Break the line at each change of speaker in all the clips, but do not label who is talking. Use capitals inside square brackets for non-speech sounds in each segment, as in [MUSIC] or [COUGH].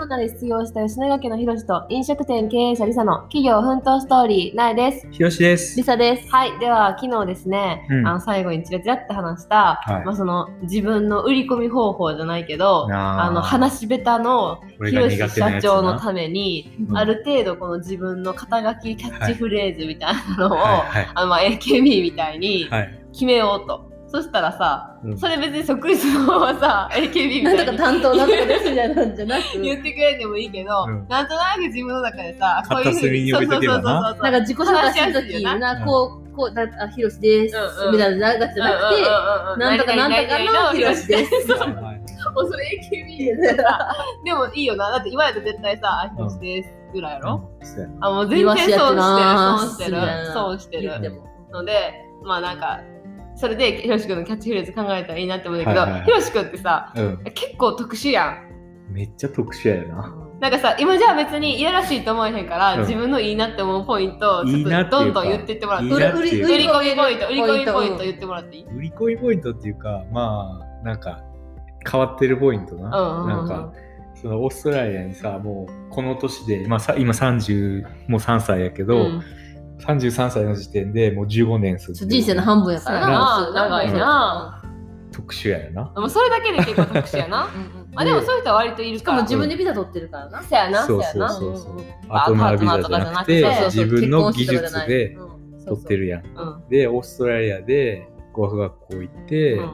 中で失業した吉永家のひろしと飲食店経営者リサの企業奮闘ストーリー、なえです。
ひろしです
リ。サです。
はい、では昨日ですね、
うん
あの最後にちらちらって話した、
はい
まあ、その自分の売り込み方法じゃないけど、
あー
あの話し下手の
俺
ひ
が
ろし
苦手な
社
やつな
長のために、
うん
ある程度この自分の肩書きキャッチフレーズみたいなのを、
はい
あのまあ AKB みたいに
はいはい。
決めようと。そしたらさ、
うん
それ別にそっくりそのままさ、AKB み
[LAUGHS] なん
た
と
いに
か担当なんとかですみたいなんじゃなく、
言ってくれてもいいけど、
うん
なんとなく自分の中でさ、こういうふう
片隅に置いとけばな
そうそうそうそう
なんか自己紹介する
話しやすい
時
よ
な、
うん
こう、こう、だあ、ひろしです
うんうん。
みたいな長じゃなくて、なんとかなんとかのひろしですす。
はいはい
もうそれ AKB
[LAUGHS]
だから。でもいいよな。だって今やと絶対さ、あひろしですぐらいやろ。
そうやな
あ、もう全然損してる、損してる
言わしやってな、
損して
言って
る。
も。
ので、まあなんか、それでひろしくんのキャッチフレーズ考えたらいいなって思うんだけど、
はいはいはい
ひろしくんってさ、
うん。
結構特殊やん。
めっちゃ特殊やよな。
なんかさ、今じゃあ別にいやらしいと思えへんから、
うん
自分のいいなって思うポイントを、
い
ち
い
ょ
な
っ
って
とど
い
ん
うか
どん言ってってもらって
いい
いい。
なっていうか
売り込みポイント、売り込みポイント言って
も
もらっていい
売り込みポイントっていうか、まあ、なんか、変わってるポイントな。
うんうんうん
なんか、そのオーストラリアにさ、もう、この年で、まあ、さ今30、もう3歳やけど、
うん
33歳の時点でもう15年住んでる
人生の半分やから
そうやな
長い
な。
特殊やよな。
もうそれだけで結構特殊やな。
うんうん
まあでもそういう人は割といる
しか
から。
も自分でビザ取ってるからな。
そうやな、そ
そうう
や
そう
な。
そう
う
そ
ん
う
うん。
アトナービザじゃなくて、
パートナーとかじ
自
ゃなくて
分の技
結
術
婚式とかじゃない
で
うんそう
取
そう
ってるやん。
うん。
で、オーストラリアで語学学校行って、
うん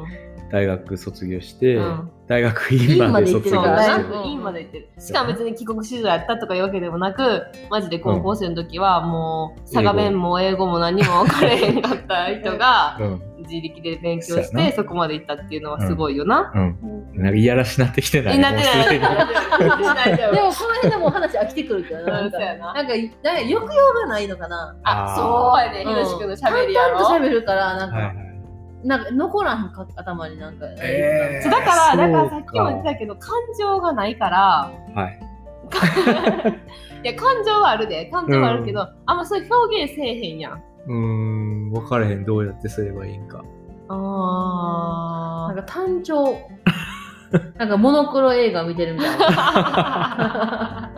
大学卒業して、
うん
大学院まで卒
そう
業
だ
し
な
て
う
る
ん
いいまで言ってる。しかも別に帰国子女やったとかいうわけでもなく、マジで高校生の時はもう、佐賀弁も英語も何も分かれへんかった人が、
うん
自力で勉強し
そうや
て
な
そこまで行ったっていうのはすごいよな。
うんなんかいやらしなってきてない
なってない。
もうすでに [LAUGHS]
でも、この辺でもう話飽きてくるけどな。なんか、
そうやな
なんか、なんか抑揚がないのかな。
[LAUGHS] あ、そう
あ
やね、ひ
うん
ろしくんの喋りやろ。
淡々と喋るから、なん
ーはいは
か、
い
なんか残らんか頭になんか。
え
そうだから、だ
そ
か
うから
さっきも言ってたけど、感情がないから、
はい
[LAUGHS] いや、感情はあるで、感情はあるけど、あんまそういう表現せえへんやん。
うーん分からへんどうやってすればいいんか
あ
なんか単調。なんかモノクロ映画見てるみたいな。
[LAUGHS] あ。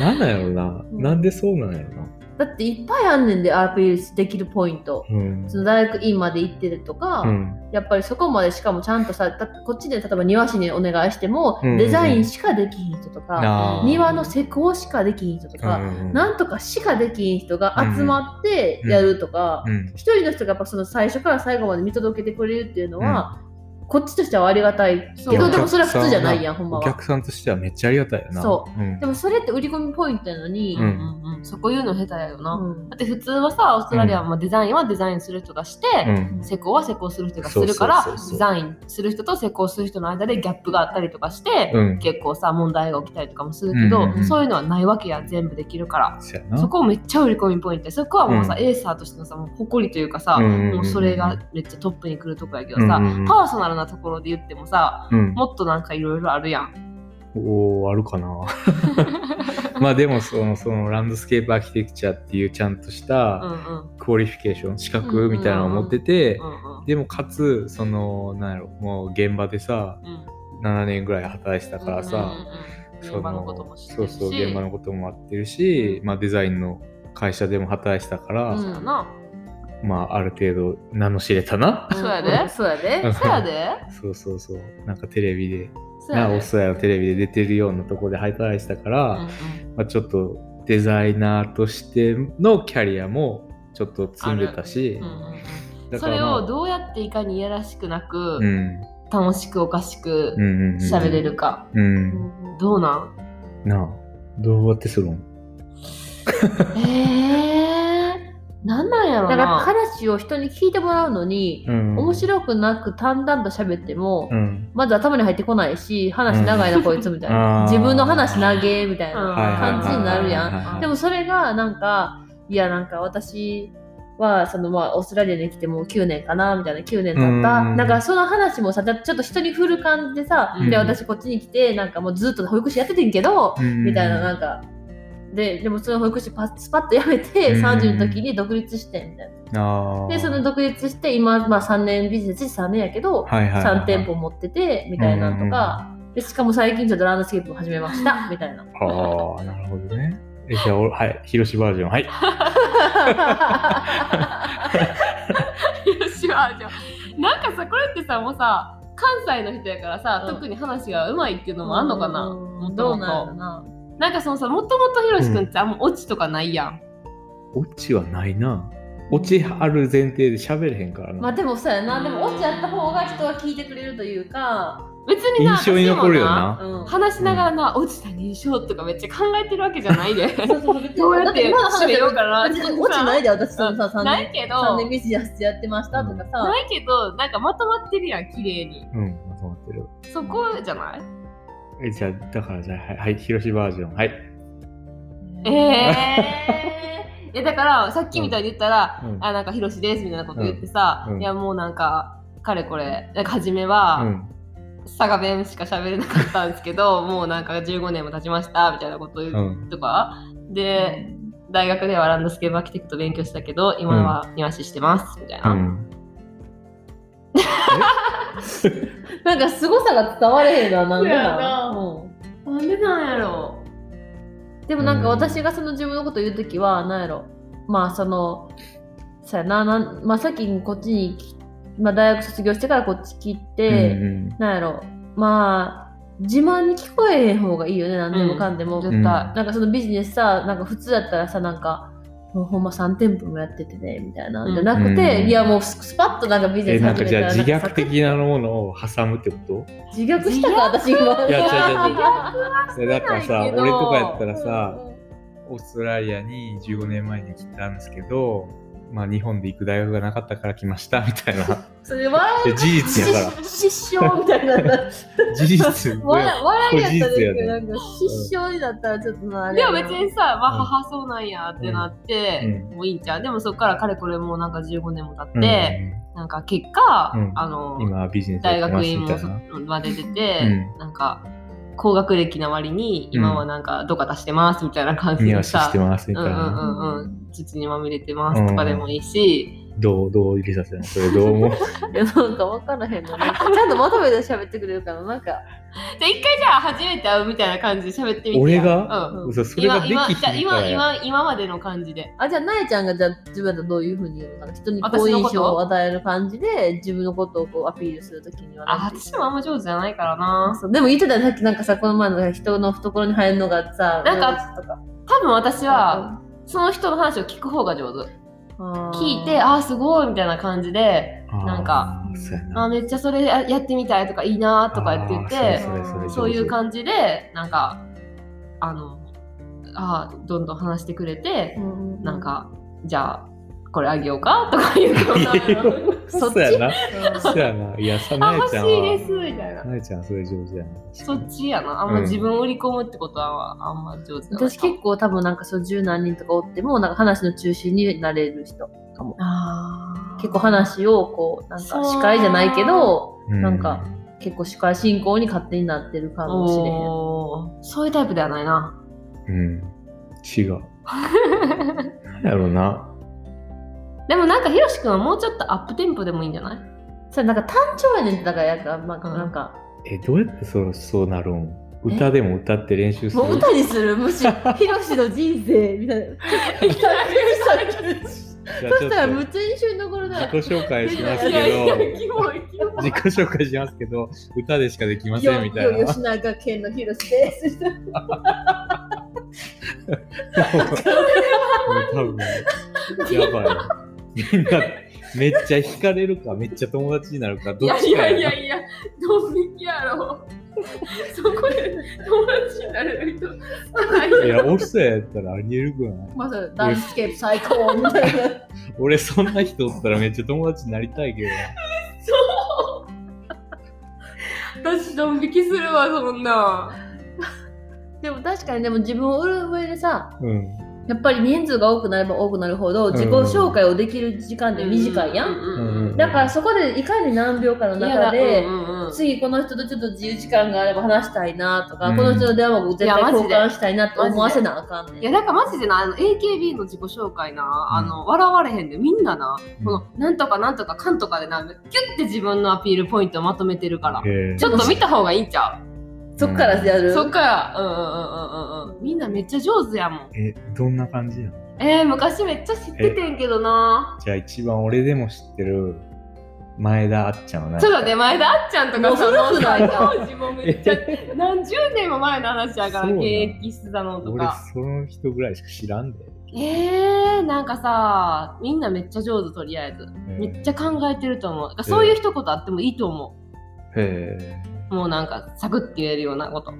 なんなんやろな、
うん
なんでそうなんやろな
だっていっぱいあんねんでアピールできるポイント。
うん
その大学院まで行ってるとか、
うん
やっぱりそこまでしかもちゃんとさ、だこっちで例えば庭師にお願いしても、
うんうん
デザインしかできひん人とか、
あー
庭の施工しかできひん人と
う
か、
んうん
なんとかしかできひん人が集まってやるとか、
うん
一人の人がやっぱその最初から最後まで見届けてくれるっていうのは、こっちとしてはありがたいけ
そ
ど、
う
でもそれは普通じゃないやん、
お客
ほん
さ
ま
お
は。
客さんとしてはめっちゃありがたいよな
そ
うん
でもそれって売り込みポイントやのに、
うん
うんうんそこ言うの下手やよな。
うん
だって普通はさ、オーストラリアはまあデザインはデザインする人がして、
うん
施工は施工する人がするから
そうそうそうそう
デザインする人と施工する人の間でギャップがあったりとかして、
うん
結構さ問題が起きたりとかもするけど、
うんうんうん
そういうのはないわけやん全部できるから、
そやな
そこをめっちゃ売り込みポイントやそこはもうさ、
うん
エーサーとしてのさもう誇りというかさ、
うんうんうん
もうそれがめっちゃトップに来るとこやけど
うん
さ、
うんうん
パーソナルなところで言ってもさ
うん
もっとなんかいろいろあるやん。
おーあるか
[LAUGHS]
なまあでもそのそのランドスケープアーキテクチャっていうちゃんとし
うんう
た
んうん
クオリフィケーション資格みたいなのを持ってて、
うん
でもかつそのなんやろもう現場でさ
うん
7年ぐらい働いてたから
うん
さ、
うんうん
そ
現場のことも知って
そ
る
う
し
そう現場のこともあってるし、まあ、デザインの会社でも働いてたから、
うん
そうやな、
まあある程度名の知れたな、
そうやで
んそうやで。
そうやで
そうそうそうなんかテレビで
そうや
[LAUGHS] な
で
オーストラリアのテレビで出てるようなとこで働いてたから、
うんうん
まあ、ちょっとデザイナーとしてのキャリアもちょっと積んでたし、
うんうんうん
だ
そ
から
れ
まあ、
をどうやっていかにいやらしくなく、
うん
楽しくおかしく
うんうんうん
喋れるか、
うん
どうなん
なあどうやってするん
えー、なんなんやろ
だ
な
から話を人に聞いてもらうのに、
うん
面白くなく淡々と喋っても、
うん
まず頭に入ってこないし話長いなこいつみたいな、
あー
自分の話投げみたいな、
うん
はいはいはいはい
感じになるや
はいはいは
ん
い
でもそれがなんかいやなんか私はそのまあオーストラリアに来てもう9年かなみたいな9年経った
うん
なんかその話もさちょっと人に振る感じでさ、
うん
で私こっちに来てなんかもうずっと保育士やっててんけど、
うん
みたいななんかででもその保育士パッスパッと辞めて、
うん
30の時に独立してみたいな
あー
でその独立して今、まあ、3年ビジネス3年やけど、
はいはいはいはい
3店舗持っててみたいなんとか、でしかも最近ちょっとランドスケープを始めましたみた
[LAUGHS]
いな
ああ、なるほどね。えじゃあ、おはい、広島バージョン。はい。
よしバージョンなんかさこれってさもうさ関西の人やからさ、
うん
特に話がうまいっていうのもあんのかな、
う
も
ん
と
どう
も
なんやろ
と
な
なんかそのさもともとひろしくんってあんまオチとかないやん、
オチはないな。オチある前提で喋れへんからな。
まあでもそうやなでもオチあった方が人は聞いてくれるというか、
別にな
印象に残るよ
私も
な。
うん、
話しながらな、落ちた認証とかめっちゃ考えてるわけじゃない
[LAUGHS]
で
そうそうそう別に
どうや
だ
っ
って
て
今の話
締めよう
は
かな
別にオチないで私そのさ3
な
年
いけ
3
ど
年ビジネスやってましたとかさ、
ないけどなんかまとまってるやん綺麗に
うん、まとまってる。
そこじゃない
え、じゃあ、だからじゃあ、はい、はい、広島バージョン。はい。
ええいやだからさっきみたいに言ったら「
うんうん
あなんかヒロシです」みたいなこと言ってさ、
うんうん
いやもうなんかかれこれなんか初め
う
は
ん。
佐賀弁しか喋れなかったんですけどもうなんか15年も経ちましたみたいなこと言
う。
うんとか、で大学ではランドスケープアーキテクト勉強したけど今は庭師してますみたいうな、
ん。
なんか凄さが伝われへんななんか
そうやな
う
なんでなんやろ
ん、でもなんか私がその自分のこと言う時はなんやろまあそのさやななん、まあ、さっきこっちに来、まあ、大学卒業してからこっち来て、
うん
なんやろまあ自慢に聞こえへん方がいいよね何でもかんでも、
う絶対、
なんかそのビジネスさなんか普通だったらさなんかもうほんま3店舗もやっててねみたいな、
うん
じゃなくて、
うん
いやもうススパッとなんかビジネ
え、
ス
なんかじゃあ自
なんか
虐的なものを挟むってこ
さ自虐したか私今
といや、違う違う違
[LAUGHS]
う。
は
だからさ、
してないけ
俺
ど
とかやったらさ、オーストラリアに15年前に来たんですけど、まあ日本で行く大学がなかったから来ましたみ
[LAUGHS]
たいな。
それ笑
いや事実やか
い失笑みたいな
ら。事実。
笑い笑いやったんです
これ事
け
実
ど
や
な
ね
んか失笑になったらちょっとなあれ
で
や
も
な
別にさ、まあ、
うん
母そうなんやってなって、
う
もういいんちゃうでもそっからかれこれもうなんか15年も経
う
っ
ん
て、、なんか結果、
うん
あの
今はビジネスや
大
ってま
学
す
院
みた
も
い
そ
な。
まで出て、
う
なんか高学歴な割に今はなんかどかたしてますみたいな感じ
庭
で
師し
さ
て、ますみ
う
た
ん
いうな。
んうんうん土にまみれてますとかでもいいし、
どう、どう入れさせるのそれどう思う
いやなんか分からへんのなんかちゃんとまとめて喋ってくれるからなんか
じゃあ一回じゃあ初めて会うみたいな感じで喋ってみてや
俺が
うん
嘘それが
今
でき
今
ひん
じゃあ
から
今
や。
今今までの感じで
あじゃあなえちゃんがじゃあ自分だとどういうふうに言うのかな人に好
私の
印
こと
象を与える感じで自分のことをこうアピールするときには
あ
なんていう
私もあんま上手じゃないからな
そうでも言ってたよさっきなんかさこの前の人の懐に入るのがさ
なんか
とか
多分私はその人の話を聞く方が上手聞いてあーすごいみたいな感じで [LAUGHS] なんか
あー、そうや
あー
な。
めっちゃそれややってみたいとかいいなーとかって言って
あーそれそれ
そういう
じ。
感じでなんかあのあーどんどん話してくれて、なんかじゃあこれあげようかとか言うような
[LAUGHS] そ
[LAUGHS] そっ
う
ち
やな。
う
そ
[LAUGHS]
うやな。いや、さ、
あ
なえ
欲し
ち
い
ゃんは。
ですみたいな
なえちゃん、それ上手やな。
そっちやなあんま自分を売り込むってことはあんま上手じゃない
私結構多分なんかそう十何人とかおってもなんか話の中心になれる人
あー
結構話をこうなん
そ
か
う
司会じゃないけど
う
なんか。結構司会進行に勝手になってるかもしれへん
おーそういうタイプではないな
うん。違う。なんやろな。
でもなんかひろしくんはもうちょっとアップテンポでもいいんじゃない
それなんか単調やねんってだからやからなんか
うん
なんか、
え、どうやってそう、そうなるん歌でも歌って練習する
もう歌にするむしろヒロシの人生みたいな
じゃあち
そ
ょ
し
った
ら
と
むっちゃ印象に残るな
自己紹介します
いや
け
キモいキモい
ど、自己紹介しますけど、歌でしかできませんみたいな。
よよ吉永県のヒロシです
もう多分、やばいな。みんな、めっちゃ惹かれるか、めっちゃ友達になるか、
い
どっ
やい
ちか
やい
や
やいや、ドン引きやろ。 [LAUGHS] そこで友達になれる人ない
な。いや、オフサやったらありえるくない
まずランスケープ最高みたいな
俺そんな人おったらめっちゃ友達になりたいけどな
[LAUGHS] 私ドン引きするわ、そんな。
でも確かにでも自分を売る上でさ
うん
やっぱり人数が多くなれば多くなるほど自己紹介をできる時間って短いやん、
うん
だからそこでいかに何秒かの中で、
うんうんうん
次この人とちょっと自由時間があれば話したいなとか、
うん
この人の電話を絶
いや
対
マジで
交換したいなって思わせなあかんねん
いやだからマジでなあの AKB の自己紹介なあの、笑われへんでみんなな、
うん
このなんとかなんとかかんとかでなキュッて自分のアピールポイントをまとめてるから
へえ
ちょっと見た方がいいんちゃう
そっからやる
そっからうんうんうんうんうんみんなめっちゃ上手やもん
え、どんな感じなの
えー、昔めっちゃ知っててんけどな
じゃあ一番俺でも知ってる前田あっちゃんは何
ちょっとね前田あっちゃんと
も
か
う古くないか
当時もめっちゃ何十年も前の話やから
そ
現
うなの
役してたのと
俺
か
その人ぐらいしか知らんで。
えー、なんかさみんなめっちゃ上手とりあえずめっちゃ考えてると思うだからそういう一言あってもいいと思
へえ
うもうなんかサクッて言えるようなこと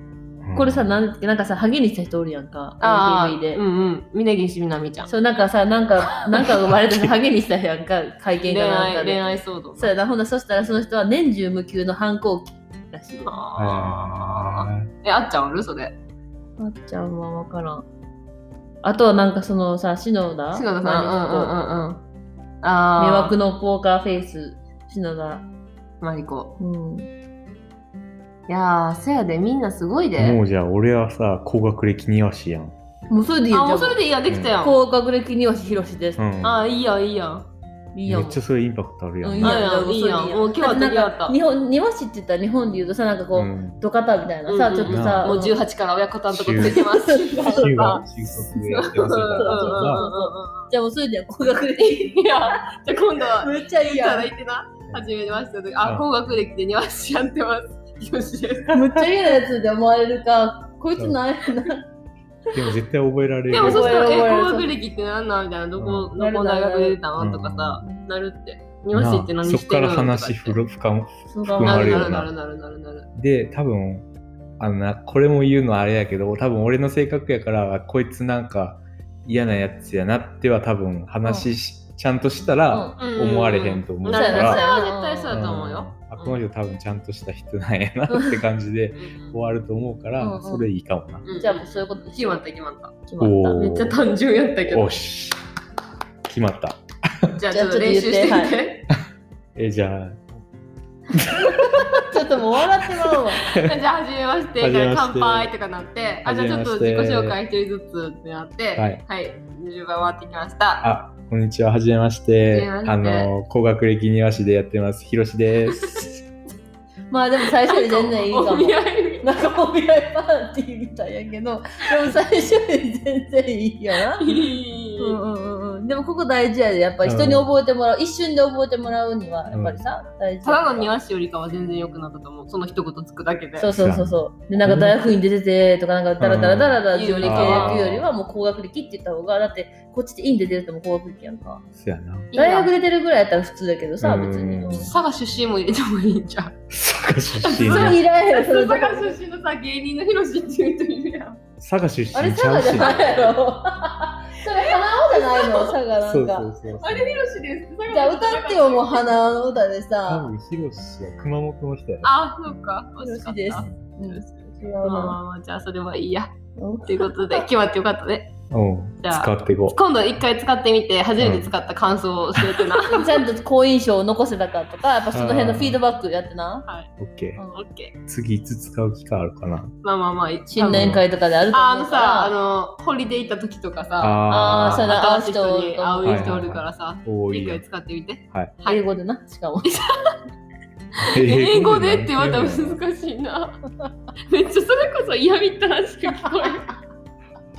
これさ
な
なんだっけなんかさハゲにした人おるやんか
あ
AKB
あ
で、
うんうん峯岸みなみちゃん
そうなんかさな
[LAUGHS]
んかなんか生まれてハゲにした人やんか会見
恋
かなんか
愛
で
恋愛騒動
そうやなほんなそしたらその人は年中無休の反抗期らしいよ
あーえあっちゃんおるそれ
あっちゃんは分からんあとはなんかそのさ篠田
篠田さんうんうんうんうん
魅
あ
惑のポーカーフェイス篠田
あマリコ
うん
いやーせやでみんなすごいで
もうじゃあ俺はさ、高学歴庭師やん。
もうそれでいい
あ
よ
もう
じ
そ
ゃ
れでいいやんできたや
あ
ん、
高学歴にはひろしです
う、ん。
ああいいやんいいやん
いいや
め
ん
っちゃそういうインパクトあるや。
うんん
いいやん
い
いい
いや
や
ん
んもう今日は
な
取
ん
り合った
か日本庭師って言ったら日本で言うとさなんかこう、
うん
ドカタみたいなさ、
うんうん
ちょっとさ、
もう
中
18から親方のとこついてます
中
中学、中卒でやってますみたいな
そうじゃあもうそれじゃん高学歴
いや、じゃあ今度は、
めっちゃいい
いた
やん
だ
めっ
いてな、初めましての時、あ、高学歴で庭師やってます。よしです。
ちゃ嫌なやつで思われるかこいつなんやな
でも絶対覚えられる。
でもそしたら、
覚え
え、
ろ覚えろ
高学歴ってなんなんみたいな、どこ、
う
どこの大学で出た
うん
のとかさ、なるって。庭
な
師って何
そ
し
ってか
る
ら
のとか言っ
話
て
ふる深も
そう
か
な
な
る
る
な
よ
るな
な
るなるなるなる。
で多分あのなこれも言うのあれやけど多分俺の性格やからこいつなんか嫌なやつやなっては多分話し、ちゃんとしたら思われへんと思う
な
か
る
うんうん
それ
ら、
は絶対そううんだと思うよ。
あこの人多分ちゃんとした人なんやなって感じで終わると思うから、
うんうん
それいいかもな。
うん
じゃあもうそういうことで
決まった決まった。
決まった
おー
めっちゃ単純やったけ
お
ど。
し決まった。
じゃあちょっと練習してみ
じゃあちょっと言
て。
えじゃあ
ちょっともう笑ってまうわ
[LAUGHS] じゃあ、はじめま
[LAUGHS]
して、
初めまして
乾杯とかなって、あ、じゃあちょっと
初
自
め
己
まして
紹介一人ずつってなって、
はい、
順番回ってきました。
あこんにちははじめまして
はじ
あ
めまして
の高学歴庭師でやってますひろしです。
まあでも最初より全然いいか
お
も
見合いみ
なんかお見合いパーティーみたいやけどでも最初より全然いいよな
たい。 [LAUGHS]
うんうんうんうんでもここ大事やでやっぱり人に覚えてもらう、一瞬で覚えてもらうにはやっぱりさ、大事
ただの庭師よりかは全然良くなったと思う。その一言つくだけで。
そうそうそうそうでなんか大学院出ててとかなんかダラダラダラダラ自分で契約よりはもう高学歴って言った方がだってこっちで院出てるとも高学歴やんか
そやな。
いいや
大学出てるぐらいやったら普通だけどさ
うん
別に、うんそ
佐賀出身も入れてもいいんじゃん。
佐賀出身の
れいらんやろ [LAUGHS] それ
佐賀出身のさ、芸人のヒロシっていう人いるやん。
佐賀出身
あれ
ち
佐
ゃ
賀
う
じ
し
ゃないや
[LAUGHS]
ろそれ花尾じゃないの佐賀な
そうそ
ん
う
か
そうそう。
あれヒロシです。
じゃあ歌ってよもう
う。
花尾の歌で
多
さ
分ヒロシは熊本の人やな。
あ、そうか。
ヒロシで
惜し
す
かっ
うん
た
違う
まあまあ
な
まあ、じゃあそれはいいや。
うん
ということで、 [LAUGHS] 決まってよかったね。
うん。
じゃあ
使っていこ
今度一回使ってみて、初めて使った感想を教えてな。
ちゃんと好印象を残せたかとかやっぱその辺のフィードバックやってな、
う。オッケ
う
ー。
オ
ん、
ッケー。
次いつ使う機会あるかな。
まあまあまあ、
新年会とかであると
ああ
思
の
うから
さ、あの、ホリデー行った時とかさ、
あーそれ
あ
新しい人に会う人おるからさ、
ー。多い
一
や
回
ん。
使ってみて。
英語でなしかも
英語でってまた
[LAUGHS]
難しいな。めっちゃそれこそ嫌みったらしく聞こえる。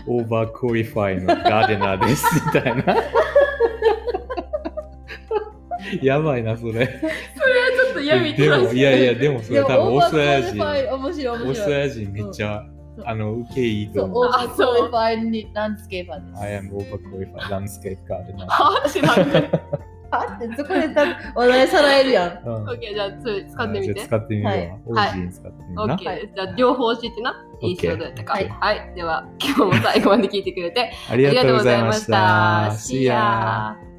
オーバークオリファイのガーデナーですみたいな。やばいな、それ。
ちょっと嫌みった
で
らし
も、
く。
いやいや、でもそれ多分オーストラリア人、
でもオーバークオリファイ面白い
オー
面
ストラ
白い
リア人めっちゃ
うん、
あの、受けいい
そ
と
う
思
オ
う
ー。バークオリファイにランスケーパーです
I am overqualified landscape
[LAUGHS]
gardener.
はってなる。
あってそこで多分話題さらえるやん
うん
オ [LAUGHS] ッケー、じゃあ、それ使ってみ
じゃあ
て。
使ってみようわ。オ
はい
ージーに使ってみ
オ
ような。
ッケーです。じゃあ、両方教えてな。
オ
いい
ッケー
人だったか。
は
はいい。では、今日も最後まで聞いてくれて、
ありがとうございました。
ありがとうございました See ya